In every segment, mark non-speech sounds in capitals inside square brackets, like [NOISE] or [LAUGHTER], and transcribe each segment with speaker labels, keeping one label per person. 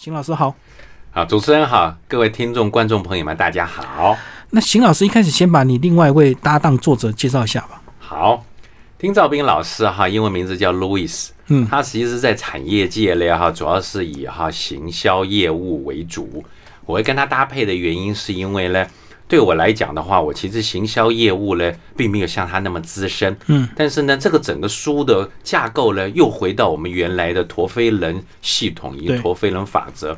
Speaker 1: 邢老师好。
Speaker 2: 好，主持人好，各位听众、观众朋友们，大家好。
Speaker 1: 那邢老师一开始先把你另外一位搭档作者介绍一下吧。
Speaker 2: 好，丁兆斌老师哈，英文名字叫 Louis，
Speaker 1: 嗯
Speaker 2: 他实际是在产业界嘞哈，主要是以哈行销业务为主。我会跟他搭配的原因是因为呢，对我来讲的话，我其实行销业务呢，并没有像他那么资深，
Speaker 1: 嗯，
Speaker 2: 但是呢，这个整个书的架构呢，又回到我们原来的陀飞轮系统以及
Speaker 1: 对
Speaker 2: 陀飞轮法则。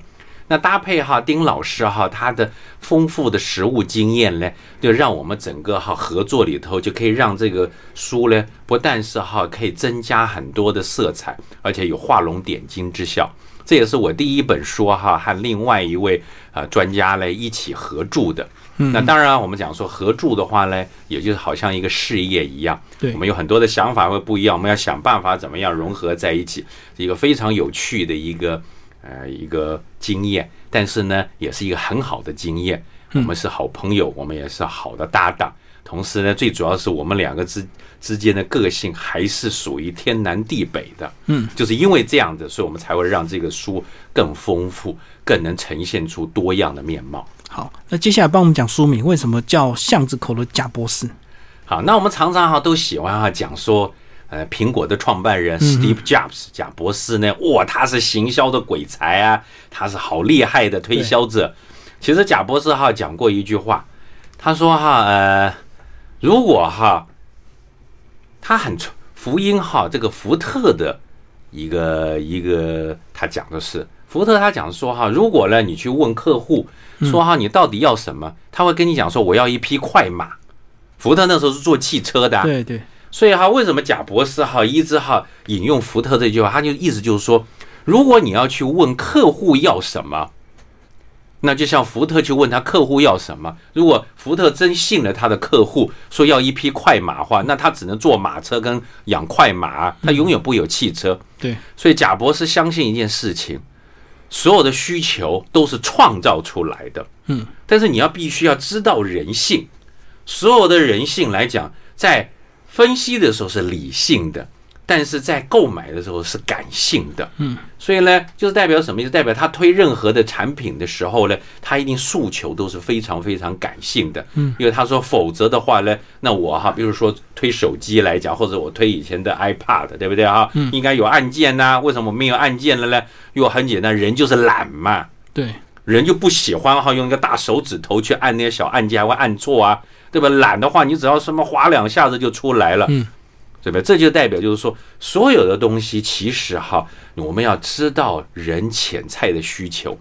Speaker 2: 那搭配哈丁老师哈他的丰富的实务经验呢，就让我们整个哈合作里头就可以让这个书呢，不但是哈可以增加很多的色彩，而且有画龙点睛之效。这也是我第一本书哈和另外一位呃专家呢一起合著的。那当然，啊我们讲说合著的话呢，也就是好像一个事业一样，
Speaker 1: 对
Speaker 2: 我们有很多的想法会不一样，我们要想办法怎么样融合在一起，是一个非常有趣的一个呃一个经验，但是呢，也是一个很好的经验。我们是好朋友，我们也是好的搭档。同时呢，最主要是我们两个之之间的个性还是属于天南地北的，嗯，就是因为这样子，所以我们才会让这个书更丰富，更能呈现出多样的面貌。
Speaker 1: 好，那接下来帮我们讲书名，为什么叫巷子口的贾博士？
Speaker 2: 好，那我们常常哈都喜欢哈讲说，呃，苹果的创办人 Steve Jobs 贾博士呢，哇，他是行销的鬼才啊，他是好厉害的推销者。其实贾博士哈讲过一句话，他说哈，呃，如果哈，他很传福音哈，这个福特的一个一个，他讲的是福特，他讲说哈，如果呢你去问客户说哈你到底要什么，他会跟你讲说我要一匹快马。福特那时候是做汽车的啊、
Speaker 1: 对对，
Speaker 2: 所以哈，为什么贾博士哈一直哈引用福特这句话，他就意思就是说，如果你要去问客户要什么，那就像福特去问他客户要什么，如果福特真信了他的客户，说要一匹快马的话，那他只能坐马车跟养快马，他永远不会有汽车。
Speaker 1: 对，
Speaker 2: 所以贾博士相信一件事情，所有的需求都是创造出来的。
Speaker 1: 嗯，
Speaker 2: 但是你要必须要知道人性，所有的人性来讲，在分析的时候是理性的，但是在购买的时候是感性的。嗯，所以呢，就是代表什么意思？代表他推任何的产品的时候呢，他一定诉求都是非常非常感性的。嗯，因为他说，否则的话呢，那我哈，比如说推手机来讲，或者我推以前的 iPad，对不对啊？嗯，应该有按键呐、为什么没有按键了呢？因为很简单，人就是懒嘛。
Speaker 1: 对，
Speaker 2: 人就不喜欢哈，用一个大手指头去按那些小按键，还会按错啊，对吧？懒的话，你只要什么划两下子就出来了，
Speaker 1: 嗯，
Speaker 2: 对吧？这就代表就是说，所有的东西其实哈，我们要知道人潜在的需求。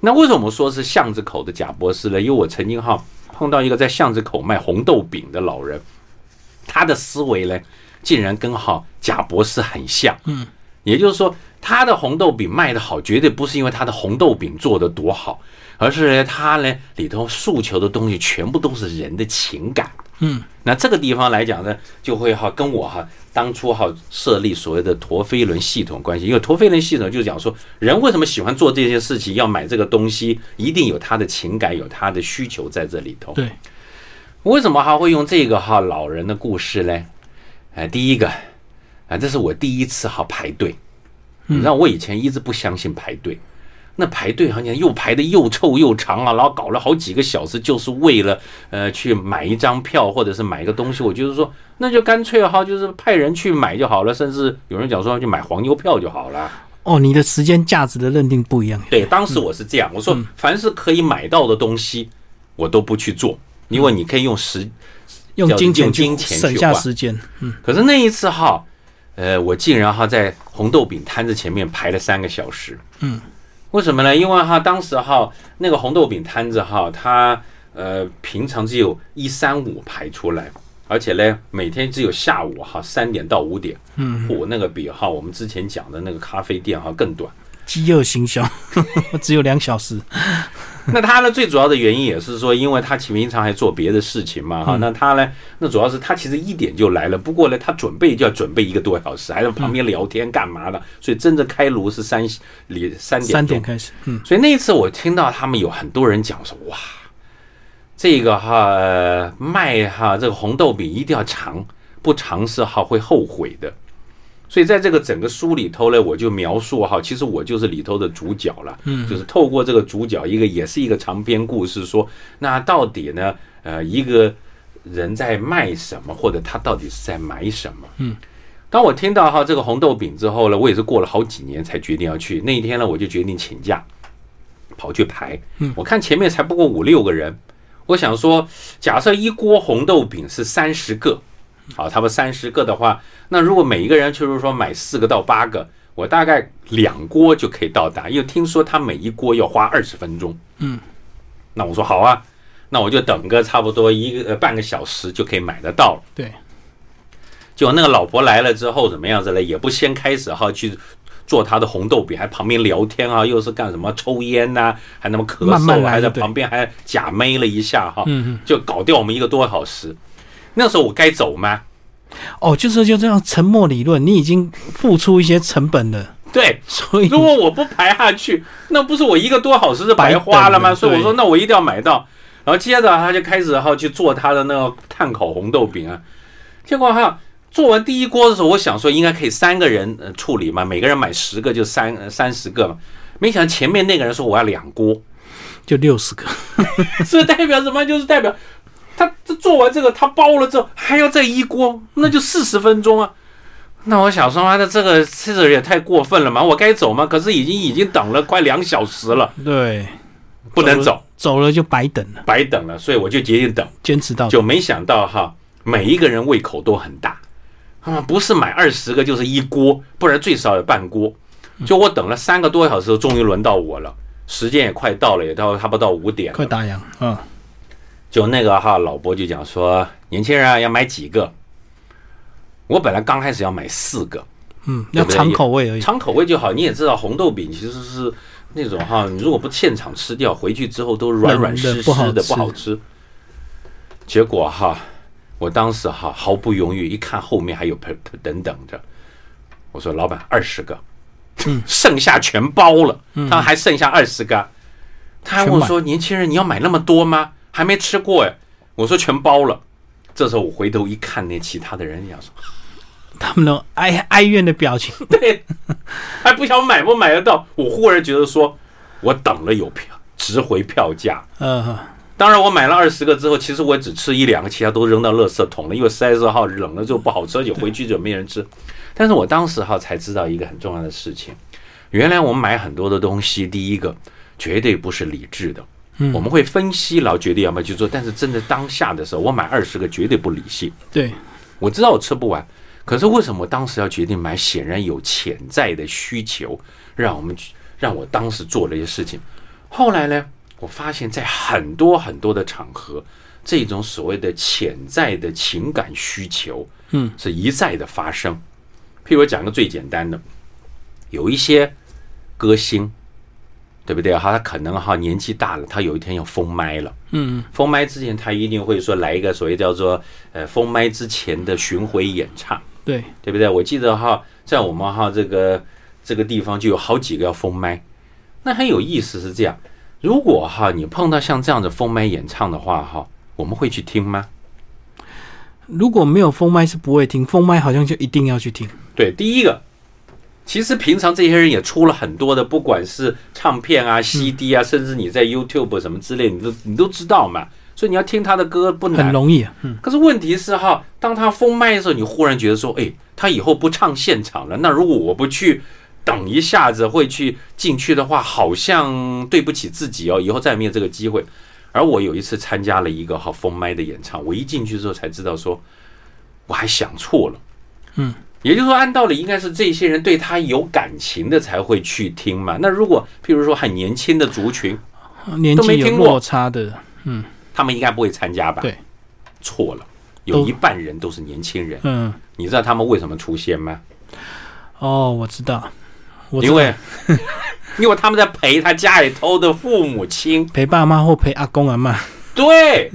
Speaker 2: 那为什么说是巷子口的贾博士呢？因为我曾经哈碰到一个在巷子口卖红豆饼的老人，他的思维呢，竟然跟哈贾博士很像，
Speaker 1: 嗯，
Speaker 2: 也就是说，他的红豆饼卖得好，绝对不是因为他的红豆饼做得多好，而是呢，他呢里头诉求的东西全部都是人的情感。
Speaker 1: 嗯，
Speaker 2: 那这个地方来讲呢，就会哈跟我哈当初哈设立所谓的陀飞轮系统关系，因为陀飞轮系统就讲说，人为什么喜欢做这些事情，要买这个东西，一定有他的情感，有他的需求在这里头。
Speaker 1: 对，
Speaker 2: 为什么还会用这个哈老人的故事嘞？哎，第一个，啊，这是我第一次哈排队，你知道我以前一直不相信排队，那排队好像又排的又臭又长啊，然后搞了好几个小时，就是为了呃去买一张票或者是买一个东西。我就是说，那就干脆哈，就是派人去买就好了，甚至有人讲说去买黄牛票就好了。
Speaker 1: 哦，你的时间价值的认定不一样。
Speaker 2: 对，当时我是这样，我说凡是可以买到的东西，我都不去做，因为你可以用时
Speaker 1: 用金钱
Speaker 2: 用
Speaker 1: 去
Speaker 2: 金钱去
Speaker 1: 省下
Speaker 2: 换
Speaker 1: 时间，嗯，
Speaker 2: 可是那一次哈，呃，我竟然哈在红豆饼摊子前面排了三个小时。
Speaker 1: 嗯，
Speaker 2: 为什么呢？因为哈当时哈那个红豆饼摊子哈，它呃平常只有一三五排出来，而且呢每天只有下午哈三点到五点。嗯，我那个比哈我们之前讲的那个咖啡店哈更短。
Speaker 1: 饥饿行销 [LAUGHS] 只有两小时，
Speaker 2: [LAUGHS] 那他呢，最主要的原因也是说，因为他平常还做别的事情嘛，哈、那他呢，那主要是他其实一点就来了，不过呢，他准备就要准备一个多小时，还在旁边聊天干嘛的，所以真正开炉是三里三点
Speaker 1: 三
Speaker 2: 钟
Speaker 1: 点开始，嗯，
Speaker 2: 所以那一次我听到他们有很多人讲说，哇，这个哈、呃卖哈这个红豆饼一定要尝，不尝试哈会后悔的。所以在这个整个书里头呢，我就描述哈，其实我就是里头的主角了，嗯，就是透过这个主角一个也是一个长篇故事说，那到底呢，呃，一个人在卖什么，或者他到底是在买什么？嗯，当我听到哈这个红豆饼之后呢，我也是过了好几年才决定要去。那一天呢，我就决定请假，跑去排。嗯，我看前面才不过五六个人，我想说，假设一锅红豆饼是三十个，好，差不多三十个的话，那如果每一个人就是说买四个到八个，我大概两锅就可以到达，因为听说他每一锅要花二十分钟。
Speaker 1: 嗯，
Speaker 2: 那我说好啊，那我就等个差不多一个、呃半个小时就可以买得到了。
Speaker 1: 对，
Speaker 2: 就那个老婆来了之后怎么样子嘞？也不先开始哈去做她的红豆饼，还旁边聊天啊，又是干什么抽烟呐、还那么咳嗽，
Speaker 1: 慢慢来
Speaker 2: 还在
Speaker 1: 对
Speaker 2: 旁边还假寐了一下哈，
Speaker 1: 嗯
Speaker 2: 就搞掉我们一个多小时。那时候我该走吗？
Speaker 1: 哦，就是就这样沉默理论，你已经付出一些成本了，
Speaker 2: 对，
Speaker 1: 所以
Speaker 2: 如果我不排下
Speaker 1: [LAUGHS]
Speaker 2: 去，那不是我一个多小时是白花
Speaker 1: 白
Speaker 2: 了
Speaker 1: 等
Speaker 2: 吗？
Speaker 1: 了
Speaker 2: 所以我
Speaker 1: 对
Speaker 2: 说，那我一定要买到。然后接着他就开始哈去做他的那个碳烤红豆饼啊，结果哈做完第一锅的时候，我想说应该可以三个人呃处理嘛，每个人买十个就三呃三十个嘛。没想到前面那个人说我要两锅，
Speaker 1: 就六十个，
Speaker 2: 这代表什么？ [LAUGHS] 就是代表他这做完这个，他包了之后还要再一锅，那就四十分钟啊。那我想说，妈的，这个这个人也太过分了嘛！我该走吗？可是已经已经等了快两小时了，
Speaker 1: 对，
Speaker 2: 不能走，
Speaker 1: 走了就白等了，
Speaker 2: 白等了，所以我就决定等。
Speaker 1: 坚持到底
Speaker 2: 就没想到哈，每一个人胃口都很大，啊，不是买二十个就是一锅，不然最少有半锅。就我等了三个多小时，终于轮到我了，时间也快到了，也到差不多到五点了
Speaker 1: 快打烊，嗯，
Speaker 2: 就那个哈，老伯就讲说，年轻人啊，要买几个？我本来刚开始要买四个，
Speaker 1: 嗯，
Speaker 2: 对
Speaker 1: 要
Speaker 2: 不对
Speaker 1: 尝口味而已，
Speaker 2: 尝口味就好。你也知道，红豆饼其实是那种 [LAUGHS] 哈，你如果不现场吃掉，回去之后都软软湿湿
Speaker 1: 冷
Speaker 2: 的，
Speaker 1: 的
Speaker 2: 不
Speaker 1: 不
Speaker 2: 好
Speaker 1: 好
Speaker 2: 吃。结果哈，我当时哈毫不犹豫，一看后面还有盆盆等等着，我说老板二十个， [LAUGHS] 剩下全包了，他还剩下二十个啊。他还问我说：“年轻人，你要嗯买那么多吗？还没吃过哎。”我说：“全包了。”这时候我回头一看，那其他的人想说。
Speaker 1: 他们的哀哀怨的表
Speaker 2: [LAUGHS]
Speaker 1: 情，
Speaker 2: 对，还不想买不买得到。我忽然觉得说，我等了有票值回票价。
Speaker 1: 呃，
Speaker 2: 当然，我买了二十个之后，其实我只吃一两个，其他都扔到垃圾桶了，因为三十号冷了之后不好吃，而且回去就没人吃。但是我当时哈才知道一个很重要的事情，原来我们买很多的东西，第一个绝对不是理智的，我们会分析然后决定要不要去做，但是真的当下的时候，我买二十个绝对不理性。
Speaker 1: 对，
Speaker 2: 我知道我吃不完，可是为什么当时要决定买？显然有潜在的需求，让我们去让我当时做了一些事情。后来呢，我发现在很多很多的场合，这种所谓的潜在的情感需求，
Speaker 1: 嗯，
Speaker 2: 是一再的发生。譬如我讲个最简单的，有一些歌星，对不对？哈，他可能哈年纪大了，他有一天要封麦了。
Speaker 1: 嗯，
Speaker 2: 封麦之前，他一定会说来一个所谓叫做呃封麦之前的巡回演唱，
Speaker 1: 对，
Speaker 2: 对不对？我记得哈，在我们哈这个呃这个地方就有好几个要封麦。那很有意思是这样，如果哈你碰到像这样的封麦演唱的话哈，我们会去听吗？
Speaker 1: 如果没有封麦是不会听，封麦好像就一定要去听，
Speaker 2: 对，第一个，其实平常这些人也出了很多的，不管是唱片啊、CD 啊，甚至你在 YouTube 什么之类，你都你都知道嘛。所以你要听他的歌不难
Speaker 1: 很，容易、啊，嗯，
Speaker 2: 可是问题是哈，当他封麦的时候，你忽然觉得说，哎，他以后不唱现场了。那如果我不去等一下子会去进去的话，好像对不起自己哦，以后再也没有这个机会。而我有一次参加了一个哈封麦的演唱，我一进去之后才知道说，我还想错了。
Speaker 1: 嗯，
Speaker 2: 也就是说，按道理应该是这些人对他有感情的才会去听嘛。那如果譬如说很年轻的族群，
Speaker 1: 年
Speaker 2: 都没
Speaker 1: 纪有
Speaker 2: 听过
Speaker 1: 落差的，
Speaker 2: 他们应该不会参加吧？
Speaker 1: 对，
Speaker 2: 错了，
Speaker 1: 都
Speaker 2: 有一半人都是年轻人。
Speaker 1: 嗯，
Speaker 2: 你知道他们为什么出现吗？
Speaker 1: 哦，我知道，我知
Speaker 2: 因
Speaker 1: 道
Speaker 2: 为 [LAUGHS] 因为他们在陪他家里头的父母亲，
Speaker 1: 陪爸妈或陪阿公阿妈，
Speaker 2: 对，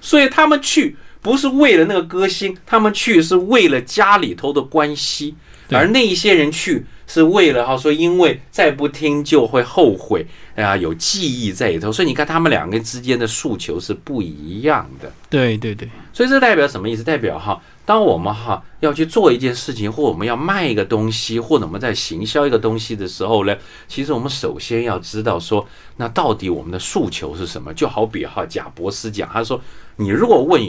Speaker 2: 所以他们去不是为了那个歌星，他们去是为了家里头的关系，
Speaker 1: 对
Speaker 2: 而那一些人去是为了哈说，因为再不听就会后悔啊，有记忆在里头，所以你看他们两个之间的诉求是不一样的。
Speaker 1: 对对对，
Speaker 2: 所以这代表什么意思？代表哈，当我们哈要去做一件事情，或我们要卖一个东西，或者我们在行销一个东西的时候呢，其实我们首先要知道说，那到底我们的诉求是什么？就好比哈贾博士讲，他说，你如果问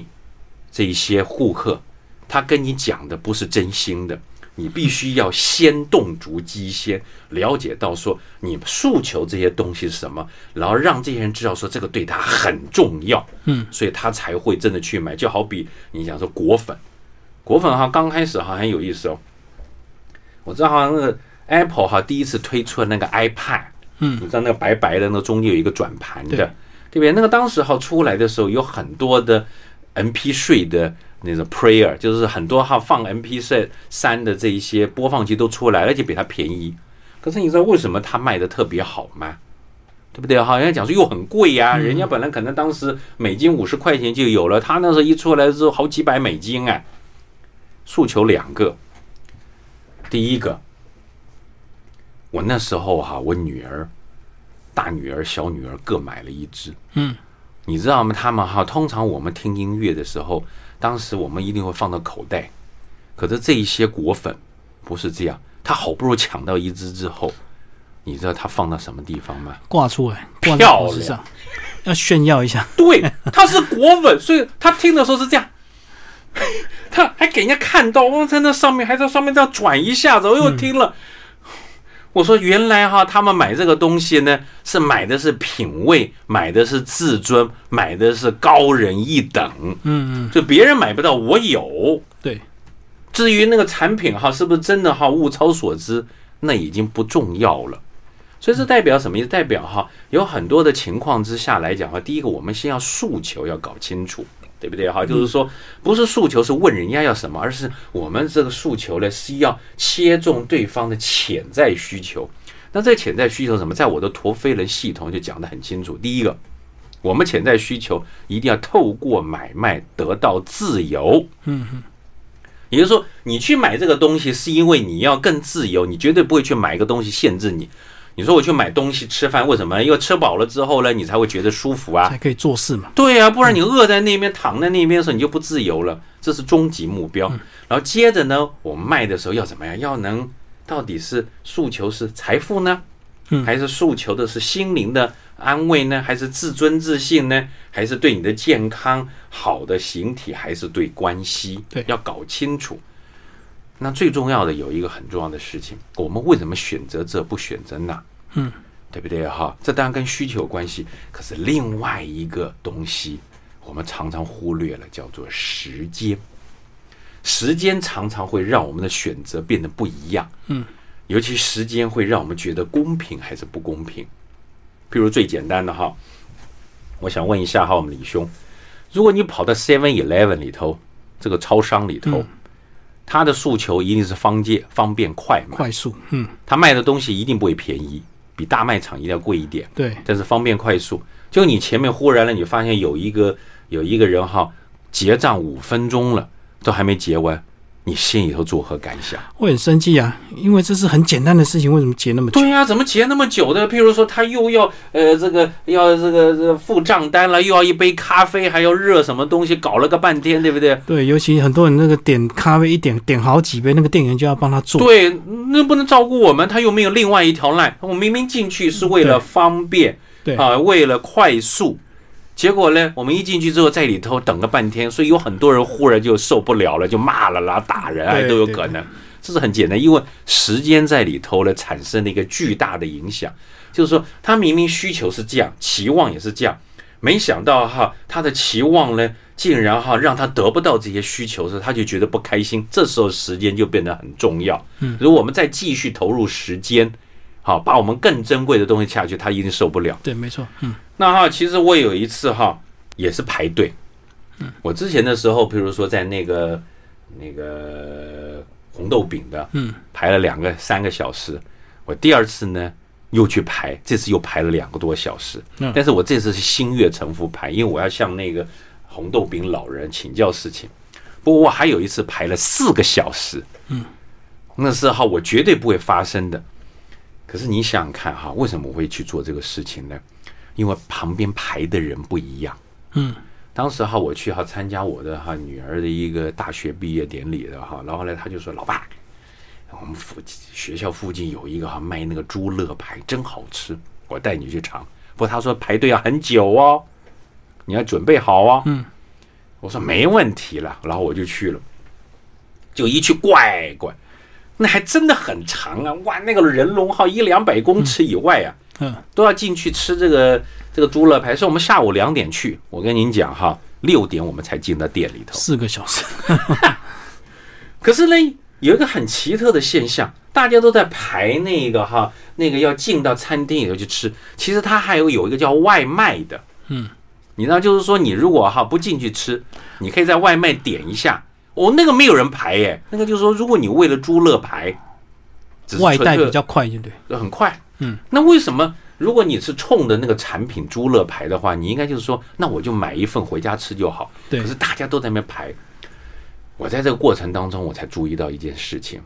Speaker 2: 这些顾客，他跟你讲的不是真心的，你必须要先动足机先，了解到说你诉求这些东西是什么，然后让这些人知道说这个对他很重要，嗯，所以他才会真的去买。就好比你讲说果粉。果粉哈，刚开始好像很有意思哦。我知道好像那个 Apple 哈，第一次推出了那个 iPad，嗯，你知道那个白白的，那中间有一个转盘的，
Speaker 1: 对
Speaker 2: 对不对？那个当时哈出来的时候，有很多的 MP3 的那种 player，就是很多哈放 MP3 三的这一些播放器都出来了，而且比它便宜。可是你知道为什么它卖的特别好吗？对不对？好像讲说又很贵呀、人家本来可能当时美金五十块钱就有了，他那时候一出来之后好几百美金哎、诉求两个。第一个，我那时候哈、我女儿，大女儿、小女儿各买了一只。
Speaker 1: 嗯，
Speaker 2: 你知道吗？他们哈、通常我们听音乐的时候，当时我们一定会放到口袋。可是这一些果粉不是这样，他好不容易抢到一只之后，你知道他放到什么地方吗？
Speaker 1: 挂出来，挂在脖
Speaker 2: 漂
Speaker 1: 子
Speaker 2: 亮
Speaker 1: 上，要炫耀一下。
Speaker 2: 对，他是国粉，所以他听的时候是这样， [LAUGHS] 他还给人家看到，哇，在那上面还在上面这样转一下子，我又听了。我说原来哈，他们买这个东西呢，是买的是品味，买的是自尊，买的是高人一等，
Speaker 1: 嗯嗯，
Speaker 2: 就别人买不到，我有。
Speaker 1: 对，
Speaker 2: 至于那个产品哈是不是真的哈物超所值，那已经不重要了。所以这代表什么意思？代表哈有很多的情况之下来讲哈，第一个我们先要诉求要搞清楚，对不对哈？就是说不是诉求是问人家要什么，而是我们这个诉求呢是要切中对方的潜在需求。那这个潜在需求是什么？在我的陀飞轮系统就讲得很清楚。第一个，我们潜在需求一定要透过买卖得到自由。也就是说，你去买这个东西是因为你要更自由，你绝对不会去买一个东西限制你。你说我去买东西吃饭，为什么？因为吃饱了之后呢，你才会觉得舒服啊。
Speaker 1: 才可以做事嘛。
Speaker 2: 对啊，不然你饿在那边、躺在那边的时候，你就不自由了。这是终极目标。
Speaker 1: 嗯
Speaker 2: 然后接着呢，我们卖的时候要怎么样？要能到底是诉求是财富呢，
Speaker 1: 嗯
Speaker 2: 还是诉求的是心灵的安慰呢？还是自尊自信呢？还是对你的健康好的形体，还是对关系？
Speaker 1: 对
Speaker 2: 要搞清楚。那最重要的有一个很重要的事情，我们为什么选择这不选择那？对不对哈？这当然跟需求有关系，可是另外一个东西我们常常忽略了，叫做时间。时间常常会让我们的选择变得不一样，
Speaker 1: 嗯，
Speaker 2: 尤其时间会让我们觉得公平还是不公平。譬如最简单的哈，我想问一下哈，我们李兄，如果你跑到 Seven Eleven 里头，这个超商里头，他的诉求一定是方便、方便、快嘛？
Speaker 1: 快速，嗯，
Speaker 2: 他卖的东西一定不会便宜，比大卖场一定要贵一点，
Speaker 1: 对，
Speaker 2: 但是方便快速。就你前面忽然了，你发现有一个有一个人哈，结账五分钟了，都还没结完，你心里头作何感想？
Speaker 1: 会很生气啊，因为这是很简单的事情，为什么结那么久？
Speaker 2: 对呀、怎么结那么久的？譬如说，他又要呃这个要这个这个付账单了，又要一杯咖啡，还要热什么东西，搞了个半天，对不对？
Speaker 1: 对，尤其很多人那个点咖啡一点点好几杯，那个店员就要帮他做。
Speaker 2: 对，那不能照顾我们，他又没有另外一条 line。我明明进去是为了
Speaker 1: 对
Speaker 2: 方便，
Speaker 1: 对
Speaker 2: 啊，为了快速。结果呢，我们一进去之后，在里头等个半天，所以有很多人忽然就受不了了，就骂了啦，打人啊
Speaker 1: 对
Speaker 2: 都有
Speaker 1: 对
Speaker 2: 可能。这是很简单，因为时间在里头呢，产生了一个巨大的影响。就是说，他明明需求是这样，期望也是这样，没想到哈，他的期望呢，竟然哈让他得不到这些需求的时候，他就觉得不开心。这时候时间就变得很重要。嗯，如果我们再继续投入时间，好，把我们更珍贵的东西下去，他一定受不了。
Speaker 1: 对，没错，嗯，
Speaker 2: 那哈，其实我有一次哈，也是排队。我之前的时候，比如说在那个那个红豆饼的，嗯，排了两个三个小时。我第二次呢又去排，这次又排了两个多小时。
Speaker 1: 嗯
Speaker 2: 但是我这次是心悦诚服排，因为我要向那个红豆饼老人请教事情。不过我还有一次排了四个小时，嗯，那是哈我绝对不会发生的。可是你想想看哈，为什么我会去做这个事情呢？因为旁边排的人不一样。嗯，当时哈，我去哈参加我的哈女儿的一个大学毕业典礼的哈，然后后来他就说：“老爸，我们附学校附近有一个哈卖那个猪肋排，真好吃，我带你去尝。”不过他说排队要很久哦，你要准备好哦。
Speaker 1: 嗯，
Speaker 2: 我说没问题了，然后我就去了，就一去乖乖，那还真的很长啊！哇，那个人龙哈一两百公尺以外啊，
Speaker 1: 嗯，
Speaker 2: 都要进去吃这个这个猪肋排。是我们下午两点去，我跟您讲哈，六点我们才进到店里头。
Speaker 1: 四个小时，
Speaker 2: 可是呢，有一个很奇特的现象，大家都在排那个哈，那个要进到餐厅里头去吃。其实它还有有一个叫外卖的，
Speaker 1: 嗯，
Speaker 2: 你呢就是说你如果哈不进去吃，你可以在外卖点一下。哦，那个没有人排耶，那个就是说，如果你为了猪肋排，只是
Speaker 1: 外
Speaker 2: 纯
Speaker 1: 带
Speaker 2: 粹
Speaker 1: 比较快，对不对？
Speaker 2: 很快。
Speaker 1: 嗯，
Speaker 2: 那为什么如果你是冲着那个产品猪肋排的话，你应该就是说，那我就买一份回家吃就好。
Speaker 1: 对
Speaker 2: 可是大家都在那边排，我在这个过程当中，我才注意到一件事情：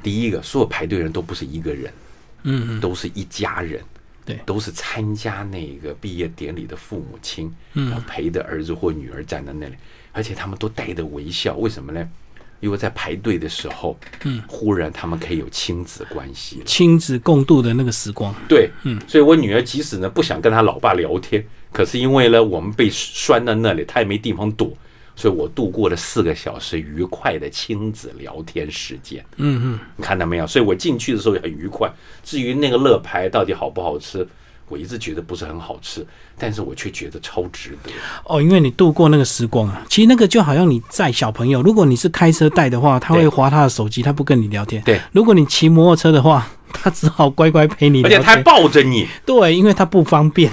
Speaker 2: 第一个，所有排队人都不是一个人，
Speaker 1: 嗯嗯，
Speaker 2: 都是一家人。
Speaker 1: 对
Speaker 2: 都是参加那个毕业典礼的父母亲，
Speaker 1: 嗯
Speaker 2: 然后陪着儿子或女儿站在那里，而且他们都带着微笑，为什么呢？因为在排队的时候，
Speaker 1: 嗯，
Speaker 2: 忽然他们可以有亲子关系了。
Speaker 1: 亲子共度的那个时光，
Speaker 2: 对，
Speaker 1: 嗯，
Speaker 2: 所以我女儿即使呢不想跟她老爸聊天，可是因为呢我们被拴在那里，她也没地方躲，所以我度过了四个小时愉快的亲子聊天时间。
Speaker 1: 嗯嗯，
Speaker 2: 你看到没有？所以我进去的时候也很愉快。至于那个乐牌到底好不好吃，我一直觉得不是很好吃，但是我却觉得超值得。
Speaker 1: 哦，因为你度过那个时光啊，其实那个就好像你载小朋友，如果你是开车带的话，他会
Speaker 2: 对
Speaker 1: 划他的手机，他不跟你聊天；
Speaker 2: 对，
Speaker 1: 如果你骑摩托车的话， [LAUGHS] 他只好乖乖陪你
Speaker 2: 而
Speaker 1: 聊天。
Speaker 2: 且他还抱着你，
Speaker 1: 对，因为他不方便。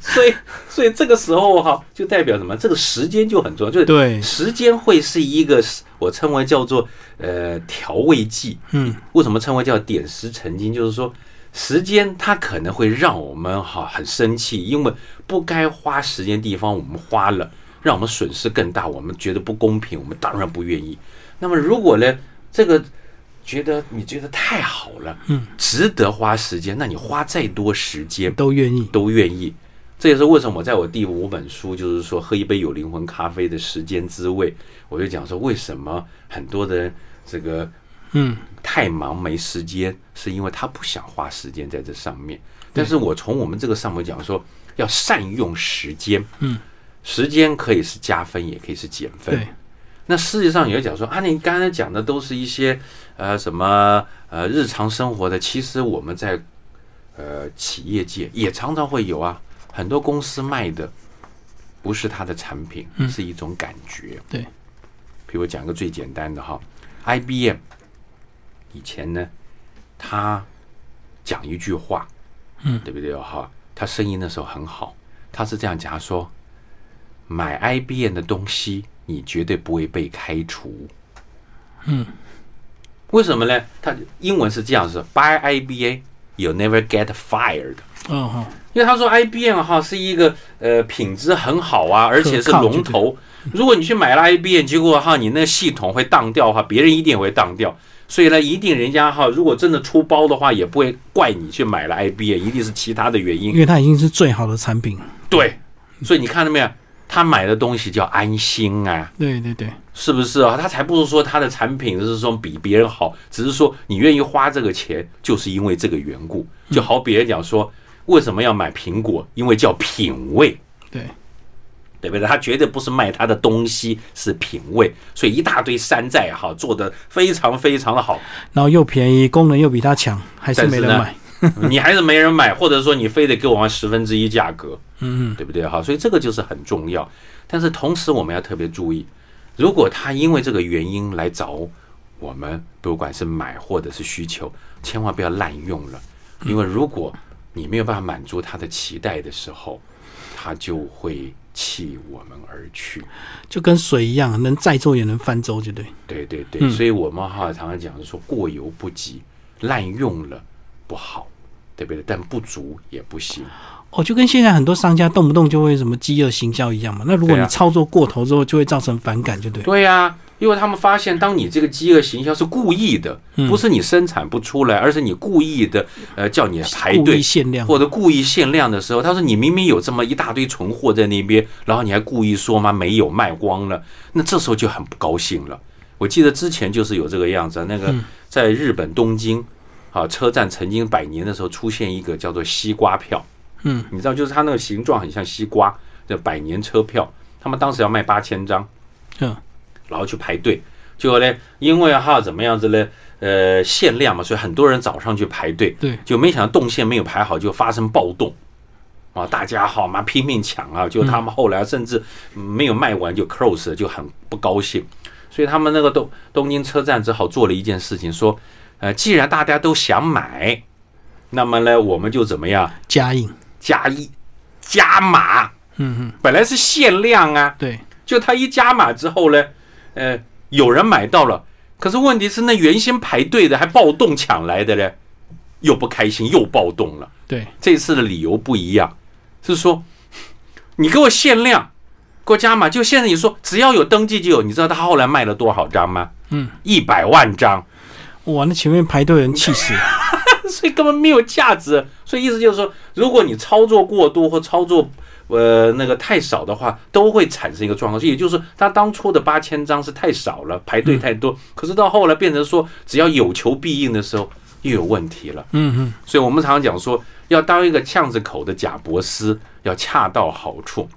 Speaker 2: 所以所以这个时候哈，就代表什么？这个时间就很重要，就是
Speaker 1: 对，
Speaker 2: 时间会是一个我称为叫做呃调味剂。
Speaker 1: 嗯，
Speaker 2: 为什么称为叫点石成金？就是说，时间它可能会让我们哈很生气，因为不该花时间地方我们花了，让我们损失更大，我们觉得不公平，我们当然不愿意。那么如果呢，这个觉得你觉得太好了，
Speaker 1: 嗯，
Speaker 2: 值得花时间，那你花再多时间
Speaker 1: 都愿意。
Speaker 2: 都愿意。这也是为什么我在我第五本书，就是说喝一杯有灵魂咖啡的时间滋味，我就讲说为什么很多的人这个
Speaker 1: 嗯，
Speaker 2: 太忙没时间，是因为他不想花时间在这上面。但是我从我们这个上面讲说，要善用时间，
Speaker 1: 嗯，
Speaker 2: 时间可以是加分，也可以是减分。
Speaker 1: 对，
Speaker 2: 那世界上有人讲说啊，你刚才讲的都是一些呃什么呃日常生活的，其实我们在呃企业界也常常会有啊，很多公司卖的不是它的产品，是一种感觉。
Speaker 1: 嗯对，
Speaker 2: 比如讲个最简单的哈，IBM 以前呢，他讲一句话，
Speaker 1: 嗯
Speaker 2: 对不对哦哈？他生意那时候很好，他是这样讲他说。买 IBM 的东西，你绝对不会被开除。
Speaker 1: 嗯，
Speaker 2: 为什么呢？它英文是这样子：Buy IBM, you never get fired。
Speaker 1: 哦哈，
Speaker 2: 因为他说 IBM 哈是一个呃品质很好啊，而且是
Speaker 1: 可靠
Speaker 2: 龙头。如果你去买了 IBM，结果哈你那系统会当掉哈，别人一定会当掉。所以呢，一定人家哈如果真的出包的话，也不会怪你去买了 IBM，一定是其他的原因
Speaker 1: 因。为它已经是最好的产品。
Speaker 2: 对，所以你看到没有？他买的东西叫安心啊。
Speaker 1: 对对对，
Speaker 2: 是不是啊？他才不是说他的产品是说比别人好，只是说你愿意花这个钱，就是因为这个缘故。就好比人讲说，为什么要买苹果？因为叫品味，
Speaker 1: 对，
Speaker 2: 对不对？他绝对不是卖他的东西，是品味。所以一大堆山寨哈，做的非常非常的好，
Speaker 1: 然后又便宜，功能又比它强，还是
Speaker 2: 但
Speaker 1: 没
Speaker 2: 是
Speaker 1: 人
Speaker 2: 呢
Speaker 1: 买。
Speaker 2: [LAUGHS] 你还是没人买，或者说你非得给我玩十分之一价格，
Speaker 1: 嗯
Speaker 2: 对不对？哈，所以这个就是很重要。但是同时我们要特别注意，如果他因为这个原因来找我们，不管是买或者是需求，千万不要滥用了，
Speaker 1: 嗯
Speaker 2: 因为如果你没有办法满足他的期待的时候，他就会弃我们而去。
Speaker 1: 嗯，就跟水一样，能载舟也能翻舟，就对。
Speaker 2: 对对对，
Speaker 1: 嗯
Speaker 2: 所以我们哈常常讲的说过犹不及，滥用了不好，对不对？但不足也不行。
Speaker 1: 哦，就跟现在很多商家动不动就会什么饥饿行销一样嘛。那如果
Speaker 2: 对
Speaker 1: 你
Speaker 2: 啊
Speaker 1: 操作过头之后，就会造成反感，就对。
Speaker 2: 对呀、啊因为他们发现，当你这个饥饿行销是故意的，
Speaker 1: 嗯
Speaker 2: 不是你生产不出来，而是你故意的，呃，叫你排
Speaker 1: 故
Speaker 2: 队
Speaker 1: 意限量，
Speaker 2: 或者故意限量的时候，他说你明明有这么一大堆存货在那边，然后你还故意说嘛没有卖光了，那这时候就很不高兴了。我记得之前就是有这个样子，那个
Speaker 1: 嗯
Speaker 2: 在日本东京啊车站曾经百年的时候出现一个叫做西瓜票，
Speaker 1: 嗯，
Speaker 2: 你知道就是它那个形状很像西瓜的百年车票，他们当时要卖八千张，
Speaker 1: 嗯，
Speaker 2: 然后去排队。结果呢，因为哈怎么样子呢？呃，限量嘛，所以很多人早上去排队，
Speaker 1: 对，
Speaker 2: 就没想到动线没有排好，就发生暴动。啊，大家好嘛，拼命抢啊！就他们后来甚至没有卖完就 close 了，就很不高兴。所以他们那个东东京车站只好做了一件事情，说，呃，既然大家都想买，那么呢，我们就怎么样
Speaker 1: 加印，
Speaker 2: 加一加码？
Speaker 1: 嗯嗯，
Speaker 2: 本来是限量啊，
Speaker 1: 对，
Speaker 2: 就他一加码之后呢，呃，有人买到了，可是问题是那原先排队的还暴动抢来的呢，又不开心又暴动了。
Speaker 1: 对，
Speaker 2: 这次的理由不一样，是说你给我限量，给我加码。就现在你说只要有登记就有，你知道他后来卖了多少张吗？
Speaker 1: 嗯，
Speaker 2: 一百万张，
Speaker 1: 哇，那前面排队的人气死了，
Speaker 2: [LAUGHS] 所以根本没有价值。所以意思就是说，如果你操作过多或操作呃那个太少的话，都会产生一个状况。所以也就是说，他当初的八千张是太少了，排队太多，可是到后来变成说，只要有求必应的时候，又有问题了。
Speaker 1: 嗯嗯，
Speaker 2: 所以我们常常讲说，要当一个巷子口的贾伯斯，要恰到好处，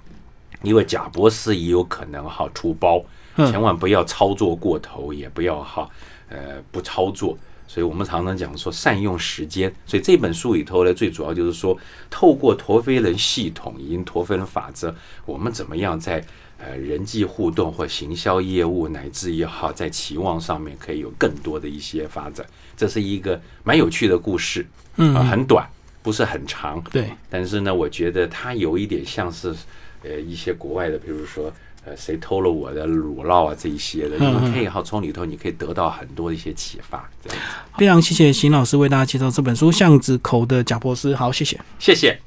Speaker 2: 因为贾伯斯也有可能哈出包，
Speaker 1: 嗯
Speaker 2: 千万不要操作过头，也不要哈呃不操作。所以我们常常讲说善用时间，所以这本书里头呢，最主要就是说，透过陀飞轮系统以及陀飞轮法则，我们怎么样在呃人际互动或行销业务，乃至于哈在期望上面可以有更多的一些发展。这是一个蛮有趣的故事，
Speaker 1: 嗯
Speaker 2: 啊、很短，不是很长，
Speaker 1: 对，
Speaker 2: 但是呢，我觉得它有一点像是，呃，一些国外的，比如说，呃，谁偷了我的乳酪啊这一些的，
Speaker 1: 嗯嗯
Speaker 2: 你可以哈从里头你可以得到很多一些启发，这样子。
Speaker 1: 非常谢谢邢老师为大家介绍这本书《巷子口的贾博士》，好，谢谢。
Speaker 2: 谢谢。